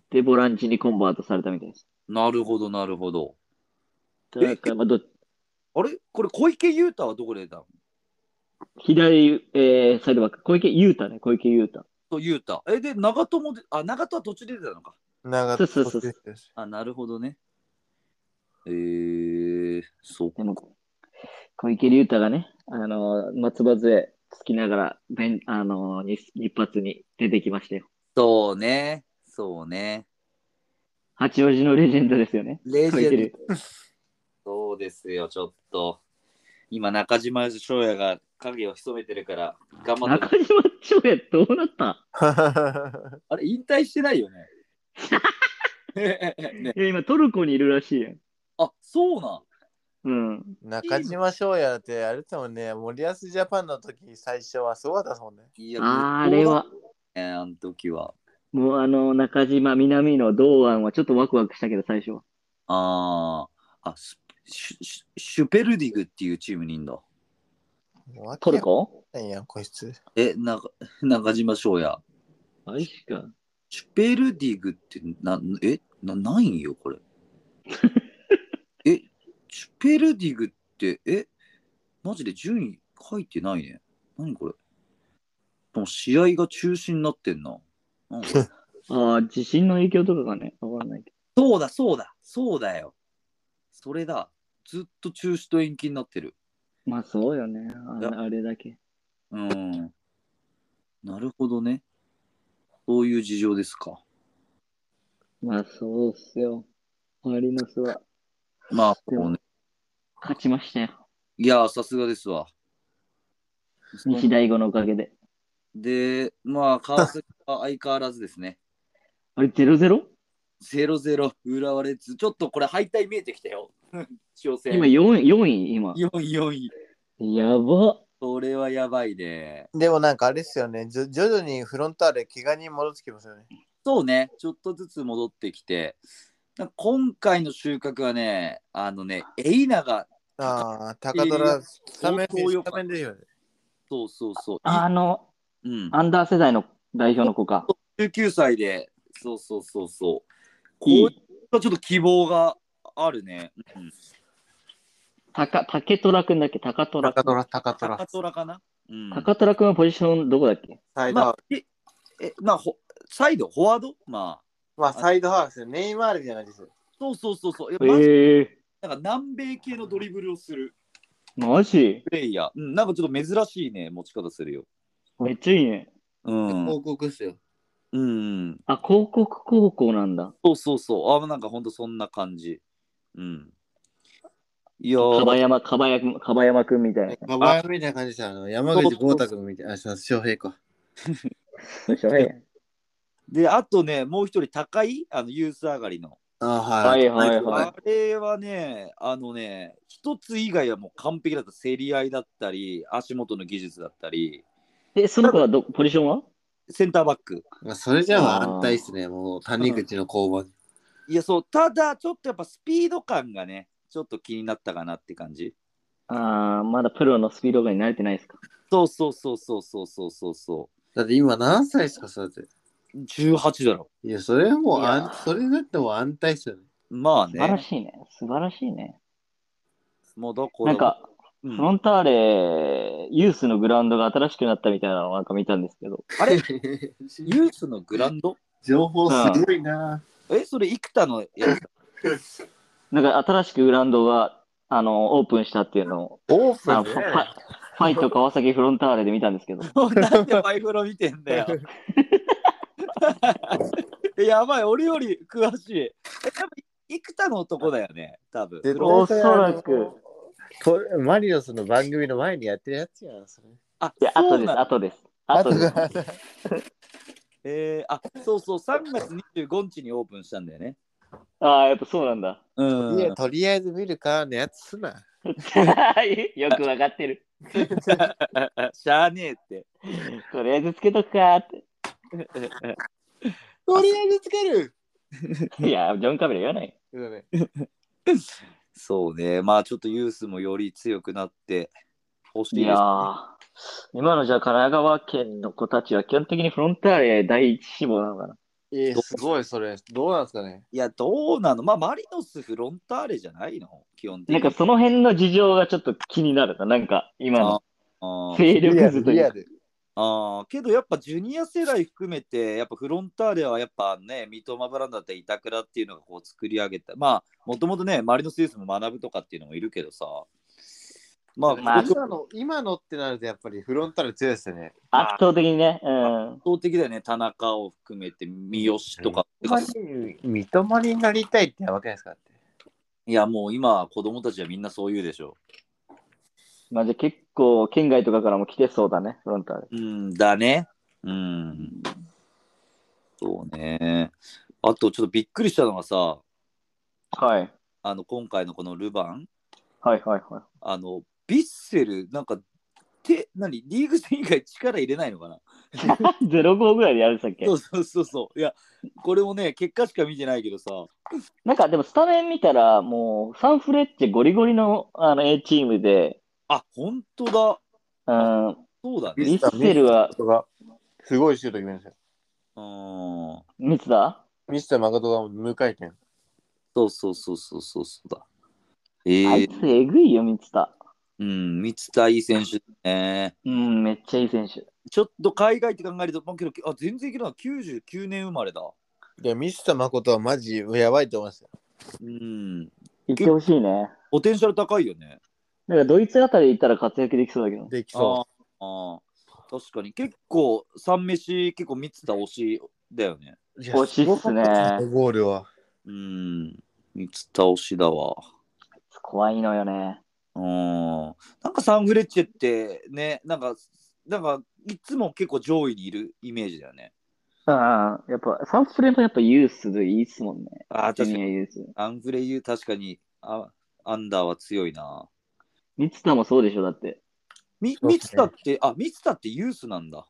Speaker 4: で、ボランチにコンバートされたみたいです。
Speaker 2: なるほどなるほど。え
Speaker 4: だから、まあ、ど
Speaker 2: あれこれ小池優太はどこで出たの
Speaker 4: 左、えーサイドバック、小池優太ね、小池優太。
Speaker 2: そう優太。えで長友であ長友は途中で出てたのか。
Speaker 1: 長
Speaker 4: そうそうそうそう
Speaker 1: 途中です
Speaker 2: あなるほどね。えー、そう
Speaker 4: でも、小池優太がね、あの松葉杖つきながら、ベンあの日日発に出てきましたよ。
Speaker 2: そうね。そうね。
Speaker 4: 八王子のレジェンドですよね。
Speaker 2: レ
Speaker 4: 小池優太
Speaker 2: そうですよ、ちょっと。今、中島翔也が影を潜めてるから、頑張って。
Speaker 4: 中島翔也どうなった
Speaker 2: あれ、引退して ないよね。ね
Speaker 4: いや今トルコにいるらしいやん。
Speaker 2: あ、そうなん。
Speaker 4: うん。
Speaker 1: 中島翔也だってあれだもんね、森保ジャパンの時最初はすごかったですもんね。
Speaker 2: いや
Speaker 4: ああれは。、
Speaker 2: ね、あの時は。
Speaker 4: もうあの中島、南野、堂安はちょっとワクワクしたけど、最初は。
Speaker 2: あーあ、スシュシュシュペルディグっていうチームにいんだ。
Speaker 1: もう
Speaker 4: トルコ
Speaker 1: いやん、こいつ。
Speaker 2: え、な中島翔也。
Speaker 4: マジか。
Speaker 2: シュペルディグってな、え、な、ないんよ、これ。え、シュペルディグって、え、マジで順位書いてないね。何これ。でも試合が中止になってんな。うん
Speaker 4: ああ、地震の影響とかがね、わかんないけ
Speaker 2: そうだ、そうだ、そうだよ。それだ。ずっと中止と延期になってる。
Speaker 4: ど。まあそうよね。あ
Speaker 2: いや
Speaker 4: あれだけ。
Speaker 2: うん。なるほどね。そういう事情ですか。
Speaker 4: まあそうっすよ。マリノスは。
Speaker 2: まあ、もうね。
Speaker 4: 勝ちましたよ。
Speaker 2: いやー、さすがですわ。
Speaker 4: 西大吾のおかげで。
Speaker 2: で、まあ、川崎は相変わらずですね。
Speaker 4: あれ、0-0?
Speaker 2: 0-0、浦和レッズ。ちょっとこれ、敗退見えてきたよ。 調整。
Speaker 4: 今4位、4位、今。
Speaker 2: 4位、4位。
Speaker 4: やば。
Speaker 2: それはやばいね。
Speaker 1: でもなんかあれですよね。じょ徐々にフロンターレ、怪我に戻ってきますよね。
Speaker 2: そうね、ちょっとずつ戻ってきて。なんか今回の収穫はね、あのね、エイナが、
Speaker 1: ああ、高虎、スタメン、
Speaker 2: 相当良
Speaker 1: ス
Speaker 2: かっ
Speaker 1: タ
Speaker 2: た
Speaker 1: メンでいいよね。
Speaker 2: そうそうそう。
Speaker 4: あの、
Speaker 2: うん、
Speaker 4: アンダー世代の代表の子か。
Speaker 2: 19歳で、そうそうそうそう。こう
Speaker 4: い
Speaker 2: い
Speaker 4: い
Speaker 2: ったちょっと希望があるね。うん、
Speaker 4: たか、竹虎くんだっけ高虎
Speaker 1: 高虎、高
Speaker 2: 高
Speaker 1: 虎。
Speaker 2: 虎かな、うん、
Speaker 4: 高虎くんはポジションどこだっけ
Speaker 1: サイド
Speaker 2: ま
Speaker 1: ハー
Speaker 2: あ、え、えまあ、ほサイド、フォワードまあ、
Speaker 1: フ。まあ、サイドハーフですね。ネイマールみたいな感じです。
Speaker 2: そうそうそうそう。えまず
Speaker 4: ええ
Speaker 2: なんか南米系のドリブルをする
Speaker 4: マジ
Speaker 2: プレイヤー。うん、なんかちょっと珍しいね、持ち方するよ。
Speaker 4: めっちゃいいね。
Speaker 2: うん。うん
Speaker 3: 報告っすよ。
Speaker 2: うん。
Speaker 4: あ、広告高校なんだ。
Speaker 2: そうそうそう。あ、なんかほんとそんな感じ。うん。いやー
Speaker 4: かばやま、かばやく、かばやまくんみたいな。
Speaker 3: ババアみたいな感じでした。あの山口豪太君みたいな。あ、そう翔平か。
Speaker 4: そうでしょはい
Speaker 2: で、あとね、もう一人、高い、あの、ユース上がりの。
Speaker 3: あ、
Speaker 4: は
Speaker 3: はいい。
Speaker 4: はいは
Speaker 2: あれはね、あのね、一つ以外はもう完璧だった。競り合いだったり、足元の技術だったり、
Speaker 4: い。え、その子はど、ポジションは
Speaker 2: センターバック。
Speaker 3: まあ、それじゃあ安泰っすね。もう谷口の交番。
Speaker 2: いや、そう、ただ、ちょっとやっぱスピード感がね、ちょっと気になったかなって感じ。
Speaker 4: ああ、まだプロのスピードガンに慣れてないですか。
Speaker 2: そうそうそうそうそうそうそうそ
Speaker 3: だって今何歳ですか、それって。
Speaker 2: う。18だろ。
Speaker 3: いや、それはもう
Speaker 4: いや
Speaker 3: あん、それだってもう安泰っすよね。
Speaker 2: まあ
Speaker 4: 素晴ら
Speaker 2: ね、
Speaker 4: しいね。素晴らしいね。
Speaker 2: もうどこ
Speaker 4: なんか、
Speaker 2: う
Speaker 4: フ
Speaker 2: ん
Speaker 4: ロンターレ、ユースのグラウンドが新しくなったみたいなのをなんか見たんですけど。
Speaker 2: あれユースのグラウンド
Speaker 3: 情報すごいな。
Speaker 2: え、それ、幾多のやつ
Speaker 4: なんか新しくグラウンドが、あの、オープンしたっていうのを、
Speaker 1: オープ
Speaker 4: あ
Speaker 1: ン
Speaker 4: フ
Speaker 1: で
Speaker 4: ァ
Speaker 1: ね
Speaker 4: ファファイト川崎フロンターレで見たんです けど。
Speaker 2: なんでマイフロ見てんだよ。 やばい、俺より詳しい。え多分幾多の男だよね、多分。
Speaker 1: 絶対
Speaker 4: おそらく。
Speaker 3: これマリオスの番組の前にやってるやつやん、それ。
Speaker 2: あ、
Speaker 4: いや、
Speaker 2: そ
Speaker 4: 後
Speaker 2: う
Speaker 4: です、
Speaker 2: なんだ
Speaker 4: 後です。
Speaker 1: あ
Speaker 4: 後 で
Speaker 1: と
Speaker 4: す。
Speaker 1: が
Speaker 2: えーあ、そうそう、3月25日にオープンしたんだよね。
Speaker 4: ああ、やっぱそうなんだ。
Speaker 2: うん。
Speaker 3: いや、とりあえず見るかのやつすな。
Speaker 4: よくわかってる。
Speaker 2: しゃあねえって。
Speaker 4: とりあえずつけとくかーって。
Speaker 1: とりあえずつける
Speaker 4: いや、ジョン・カメラ言わない。
Speaker 1: そうだね
Speaker 2: そうね、まあちょっとユースもより強くなってほしい
Speaker 4: い
Speaker 2: です。
Speaker 4: やー、今のじゃあ神奈川県の子たちは基本的にフロンターレ第一志望なのかな。
Speaker 1: えーすごいそれ。どうなんですかね
Speaker 2: いや、どうなのまあマリノス、フロンターレじゃないの基本的
Speaker 4: な
Speaker 2: に。
Speaker 4: んかその辺の事情がちょっと気になるな。なんか今の
Speaker 2: あー
Speaker 4: 勢力図とい
Speaker 1: リ
Speaker 4: う
Speaker 1: ア
Speaker 4: か。
Speaker 1: ル。
Speaker 2: ああ、けどやっぱジュニア世代含めて、やっぱフロンターレはやっぱね、三笘ブランドだったり板倉っていうのがこう作り上げた。まあ、もともとね、マリノスユースも学ぶとかっていうのもいるけどさ。まあ、
Speaker 4: まあ
Speaker 2: 圧
Speaker 3: 今の、今のってなるとやっぱりフロンターレ強いですよね。
Speaker 4: 圧倒的にね。うん。
Speaker 2: 倒的だよね、田中を含めて三好とか。てか
Speaker 3: 三笘に三笘になりたいってわけですかって。
Speaker 2: いや、もう今、子供たちはみんなそう言うでしょ。
Speaker 4: まあじゃあ結構県外とかからも来てそうだね、フロンターレ。
Speaker 2: うんだね。うん。そうね。あと、ちょっとびっくりしたのがさ、
Speaker 4: はい。
Speaker 2: あの、今回のこのルヴァン。
Speaker 4: はいはいは。
Speaker 2: あの、ビッセル、なんか、て、何、リーグ戦以外力入れないのかない
Speaker 4: 05ぐらい でやるんでしたっけ
Speaker 2: そうそうそうそう。いや、これもね、結果しか見てないけどさ、
Speaker 4: なんかでもスタメン見たらもうサンフレッチェゴリゴリのあの A チームで、
Speaker 2: あ、本当だ。
Speaker 4: うん、
Speaker 2: そうだね。
Speaker 4: ミッセルは
Speaker 1: ミスターマカトがすごいシュート決めましたよ。
Speaker 2: うーん。
Speaker 4: ミツだ
Speaker 1: ミスターマカトが無回転。
Speaker 2: そうそうそうそうそうそうだ。ええ
Speaker 4: あいつえぐいよ、ミツだ。
Speaker 2: うん、三田いい選手ね。
Speaker 4: うん、めっちゃいい選手。
Speaker 2: ちょっと海外って考えると、まあ、けどあ全然いけるな、99年生まれだ。
Speaker 1: いや、ミスターマカトはマジやばいと思いますよ。
Speaker 2: うん。
Speaker 4: いってほしいね。
Speaker 2: ポテンシャル高いよね。
Speaker 4: なんかドイツあたり行ったら活躍できそうだけど。
Speaker 1: できそ
Speaker 2: ああ確かに結構三飯結構三つ田推しだよね
Speaker 1: う。
Speaker 4: 惜しいっすね。
Speaker 1: あのゴールは。
Speaker 2: うん三つ田推しだわ
Speaker 4: 怖いのよね。
Speaker 2: うん。なんかサンフレッチェってね、なんか、なんかいつも結構上位にいるイメージだよね。
Speaker 4: ああ、やっぱ、サンフレもやっぱユースでいいっすもんね。
Speaker 2: ああ、
Speaker 4: ジュ
Speaker 2: 確か
Speaker 4: ニア
Speaker 2: に。
Speaker 4: ユース。
Speaker 2: アンフレユー、確かにあ、アンダーは強いな。
Speaker 4: ミツタもそうでしょ、だって。
Speaker 2: み、
Speaker 1: そうっ
Speaker 2: ミ
Speaker 1: すね
Speaker 2: ツタって、あ、ミツタってユースなんだ。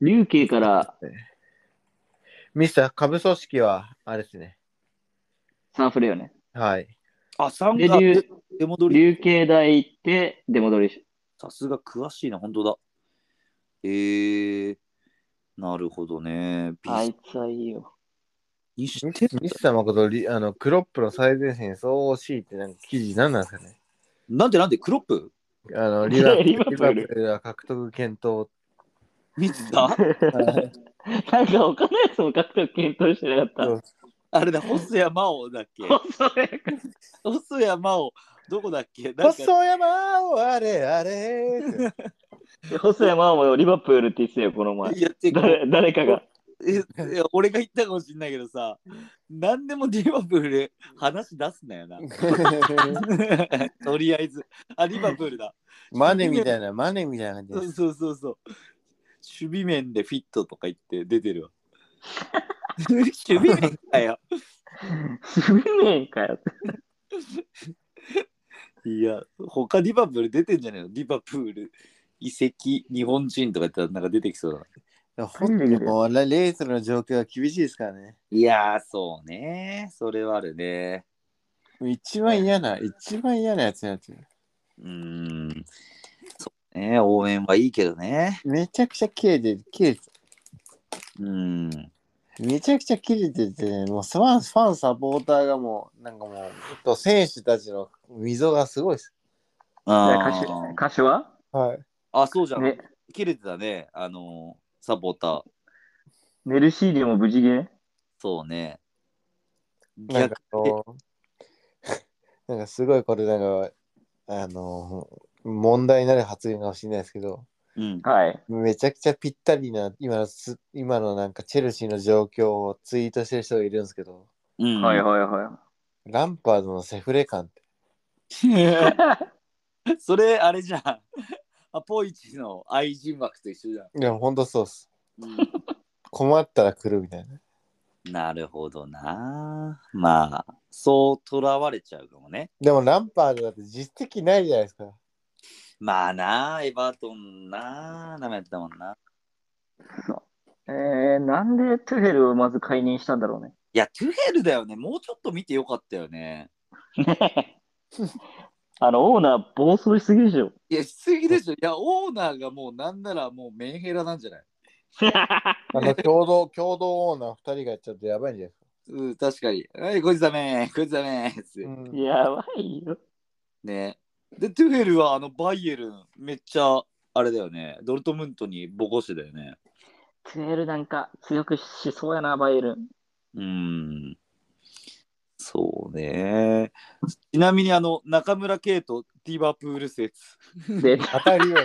Speaker 4: 琉球から
Speaker 1: ミスター株組織は、あれですね。
Speaker 4: サンフレよね。
Speaker 1: はい。
Speaker 2: あ、サン
Speaker 4: で、
Speaker 2: ガ
Speaker 4: 琉
Speaker 2: ー、出戻り。
Speaker 4: 琉球大行って、出戻りし。
Speaker 2: さすが詳しいな、本当だ。えー、なるほどね。ビ
Speaker 4: あ
Speaker 2: ス
Speaker 4: いつはいいよ。
Speaker 2: にし
Speaker 1: ミ
Speaker 2: て
Speaker 1: スミスター誠リ、あの、クロップの最前線にそう惜しいって、なんか記事何なんですかね。
Speaker 2: なんでなんでクロップ
Speaker 1: あ の、リバプ
Speaker 4: リバプール
Speaker 1: リバプールは獲得検討。
Speaker 2: ミツタ
Speaker 4: なんか他のやつも獲得検討してなか
Speaker 1: そ
Speaker 4: っ
Speaker 1: う
Speaker 2: あれだ、細谷真央だっけ
Speaker 4: た。細い。
Speaker 2: 細谷真央、どこだっけなんか
Speaker 5: 細山をあれあれって
Speaker 4: 細谷真央もリバプールって言ってたよ、この前。
Speaker 2: いやっていうか
Speaker 4: 誰誰かが。
Speaker 2: えいや俺が言ったかもしれないけどさ、何でもリバプール話出す なよな。とりあえず。あ、リバプールだ。
Speaker 1: マネみたいな、マネみたいな感じ
Speaker 2: そ
Speaker 1: で
Speaker 2: う
Speaker 1: す。
Speaker 2: そうそうそう。守備面でフィットとか言って出てるわ。守備面かよ。
Speaker 4: 守備面かよ。
Speaker 2: いや、他リバプール出てんじゃねえのリバプール、移籍、日本人とか言ったらなんか出てきそうだな。
Speaker 1: 本当にもう、レレースの状況は厳しいですからね。
Speaker 2: いやー、そうね。それはあるね。
Speaker 1: 一番嫌な、一番嫌なやつになってる。
Speaker 2: うーん。そうね。応援はいいけどね。
Speaker 1: めちゃくちゃ切れてる、切れて
Speaker 2: うーん。
Speaker 1: る、めちゃくちゃ切れてて、もうファン、ファンサポーターがもう、なんかもう、と選手たちの溝がすごいです。
Speaker 2: あー
Speaker 4: 歌手は
Speaker 1: はい。
Speaker 2: あ、そうじゃん。
Speaker 4: ね、
Speaker 2: 切れてたね。あのーサポーター。
Speaker 4: メルシーデも無事ゲ
Speaker 2: そうね。
Speaker 1: なんか
Speaker 2: 逆
Speaker 1: こう、 なんかすごいこれなんか、あの、問題になる発言かもしれないですけど、
Speaker 2: うん。
Speaker 4: はい。
Speaker 1: めちゃくちゃぴったりな、今のす、今のなんかチェルシーの状況をツイートしてる人がいるんですけど、
Speaker 2: うん、
Speaker 4: はいはいは
Speaker 1: ランパードのセフレ感って。
Speaker 2: い。
Speaker 4: い。
Speaker 2: それ、あれじゃん。アポイチの愛人枠と一緒じゃん。
Speaker 1: いや、ほんとそうっす。
Speaker 2: うん
Speaker 1: 困ったら来るみたいな。
Speaker 2: なるほどな。まあ、そうとらわれちゃうかもね。
Speaker 1: でもランパードだって実績ないじゃないですか。
Speaker 2: まあな、エバートンな、ダメやったもんな。
Speaker 4: えー、なんでトゥヘルをまず解任したんだろうね。
Speaker 2: いや、トゥヘルだよね。もうちょっと見てよかったよね。
Speaker 4: あの、オーナー暴走しすぎでしょ。
Speaker 2: いや、しすぎでしょ。いや、オーナーがもうなんならもうメンヘラなんじゃない
Speaker 1: あの共同、共同オーナー2人がやっちゃうとやばいんじゃない
Speaker 2: うん、確かに。はい、こいつダメ、こいつダメ。つって
Speaker 1: ですか。うん、
Speaker 4: やばいよ。
Speaker 2: ね。で、トゥヘルはあのバイエルン、めっちゃあれだよね。ドルトムントにボコしてだよね。
Speaker 4: トゥヘルなんか強くしそうやな、バイエルン。
Speaker 2: うん。そうね。ちなみにあの、中村圭とディバプール説、
Speaker 4: で
Speaker 1: 当たりよ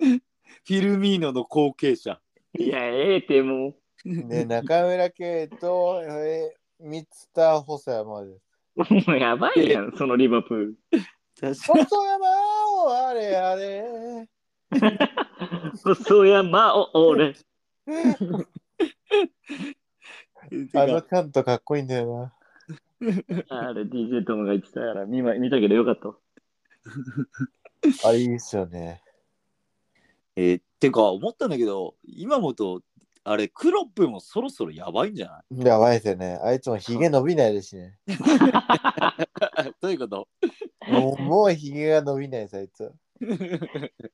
Speaker 1: うに。
Speaker 2: フィルミーノの後継者。
Speaker 4: いや、ええてもう。
Speaker 1: で、中村圭と、えー、ミツタ細山です。
Speaker 4: もう やばいやん、そのリバプール。
Speaker 2: 確かに。
Speaker 1: 細山をあれあれ。
Speaker 4: 細山を俺。
Speaker 1: あのカントかっこいいんだよな。
Speaker 4: あれ、DJ トムが言ってたから見ま見たけどよかったわ。
Speaker 1: あれいいっすよね。
Speaker 2: えーてか、思ったんだけど、今もと、あれ、クロップもそろそろやばいんじゃ
Speaker 1: やばいですよね。あいつもヒゲ伸びないですしね。
Speaker 2: ない どういうこと
Speaker 1: もうもうヒゲが伸びないです、あいつは。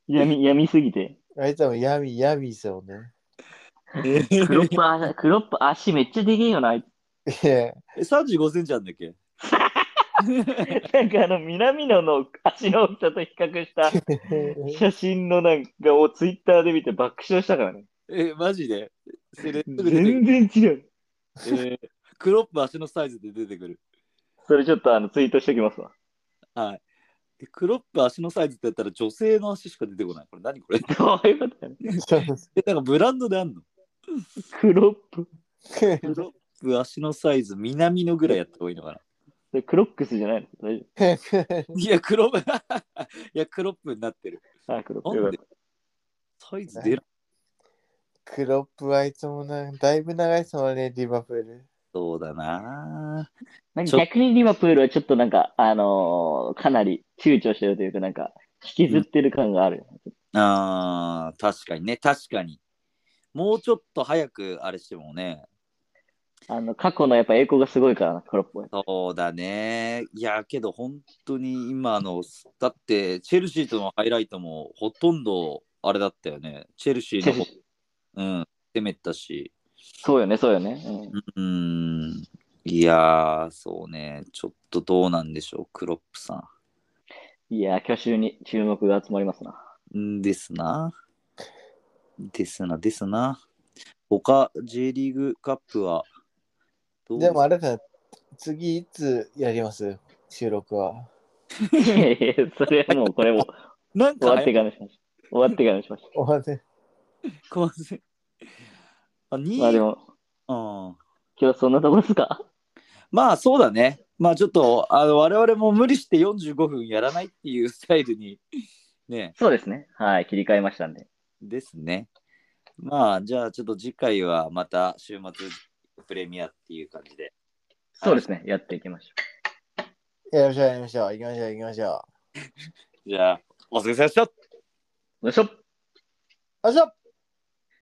Speaker 4: 闇闇すぎて。
Speaker 1: あいつはもう闇、闇ですよね。
Speaker 4: クロップあ、クロップ足めっちゃでけえよな。あいつ
Speaker 1: いや、
Speaker 2: 35センチあんだっけ
Speaker 4: なんかあの南野の足の大きさと比較した写真のなんかをツイッターで見て爆笑したからね。
Speaker 2: え、マジでそれ、すぐ出て
Speaker 4: 全然違う。
Speaker 2: くる。えークロップ足のサイズで出てくる。
Speaker 4: それちょっとあのツイートしておきますわ。
Speaker 2: はい。でクロップ足のサイズってやったら女性の足しか出てこない。これ何これ
Speaker 4: どういうことやねん
Speaker 1: そうです
Speaker 2: え、なんかブランドであんの
Speaker 4: クロップ。
Speaker 2: クロップ足のサイズ、南のぐらいやった方がいいのかな
Speaker 4: それクロックスじゃないの大丈
Speaker 2: いや、クロップ、いや、クロップになってる。
Speaker 4: 夫あ、クロックス
Speaker 2: な
Speaker 4: よ
Speaker 2: ん
Speaker 4: かっ
Speaker 2: で
Speaker 4: た。
Speaker 2: サイズ出る
Speaker 3: クロップはいつもな、だいぶ長いですもんね、リバプール。
Speaker 2: そうだな
Speaker 4: なん
Speaker 2: ちょ
Speaker 4: か逆にリバプールはちょっとなんか、あのーかなり躊躇してるというか、なんか、引きずってる感がある。
Speaker 2: あー確かにね、確かに。もうちょっと早くあれしてもね、
Speaker 4: あの、過去のやっぱ栄光がすごいからな、クロップは。
Speaker 2: そうだね。いや、けど本当に今の、だって、チェルシーとのハイライトもほとんどあれだったよね。チェルシーの 方、うん、攻めたし。
Speaker 4: そうよね、そうよね。うん
Speaker 2: うん、いやー、そうね、ちょっとどうなんでしょう、クロップさ
Speaker 4: いやー、去就に注目が集まります な。
Speaker 2: ん。んですな。ですな、ですな。他、J リーグカップは、ど
Speaker 3: でもあれだ、次いつやります収録は。
Speaker 4: いやいや、それはもう、これも
Speaker 2: なん
Speaker 4: 終
Speaker 2: か
Speaker 4: わってからにしましょう。終わってからにしましょ
Speaker 3: おません。
Speaker 2: ごめんな さいあ、
Speaker 4: う。
Speaker 2: に
Speaker 4: まあでも、
Speaker 2: うん、
Speaker 4: 今日そんなとこですか
Speaker 2: まあそうだね。まあちょっと、あの我々も無理して45分やらないっていうスタイルに、ね、
Speaker 4: そうですね。はい、切り替えましたんで。
Speaker 2: ですね。まあじゃあちょっと次回はまた週末プレミアっていう感じで。
Speaker 4: そうですね。やっていきましょ
Speaker 3: やりましょう、やりましょう。行きましょう、行きましょう。
Speaker 2: じゃあ、お疲れ様でした
Speaker 4: う。よいしょ
Speaker 3: よいしょ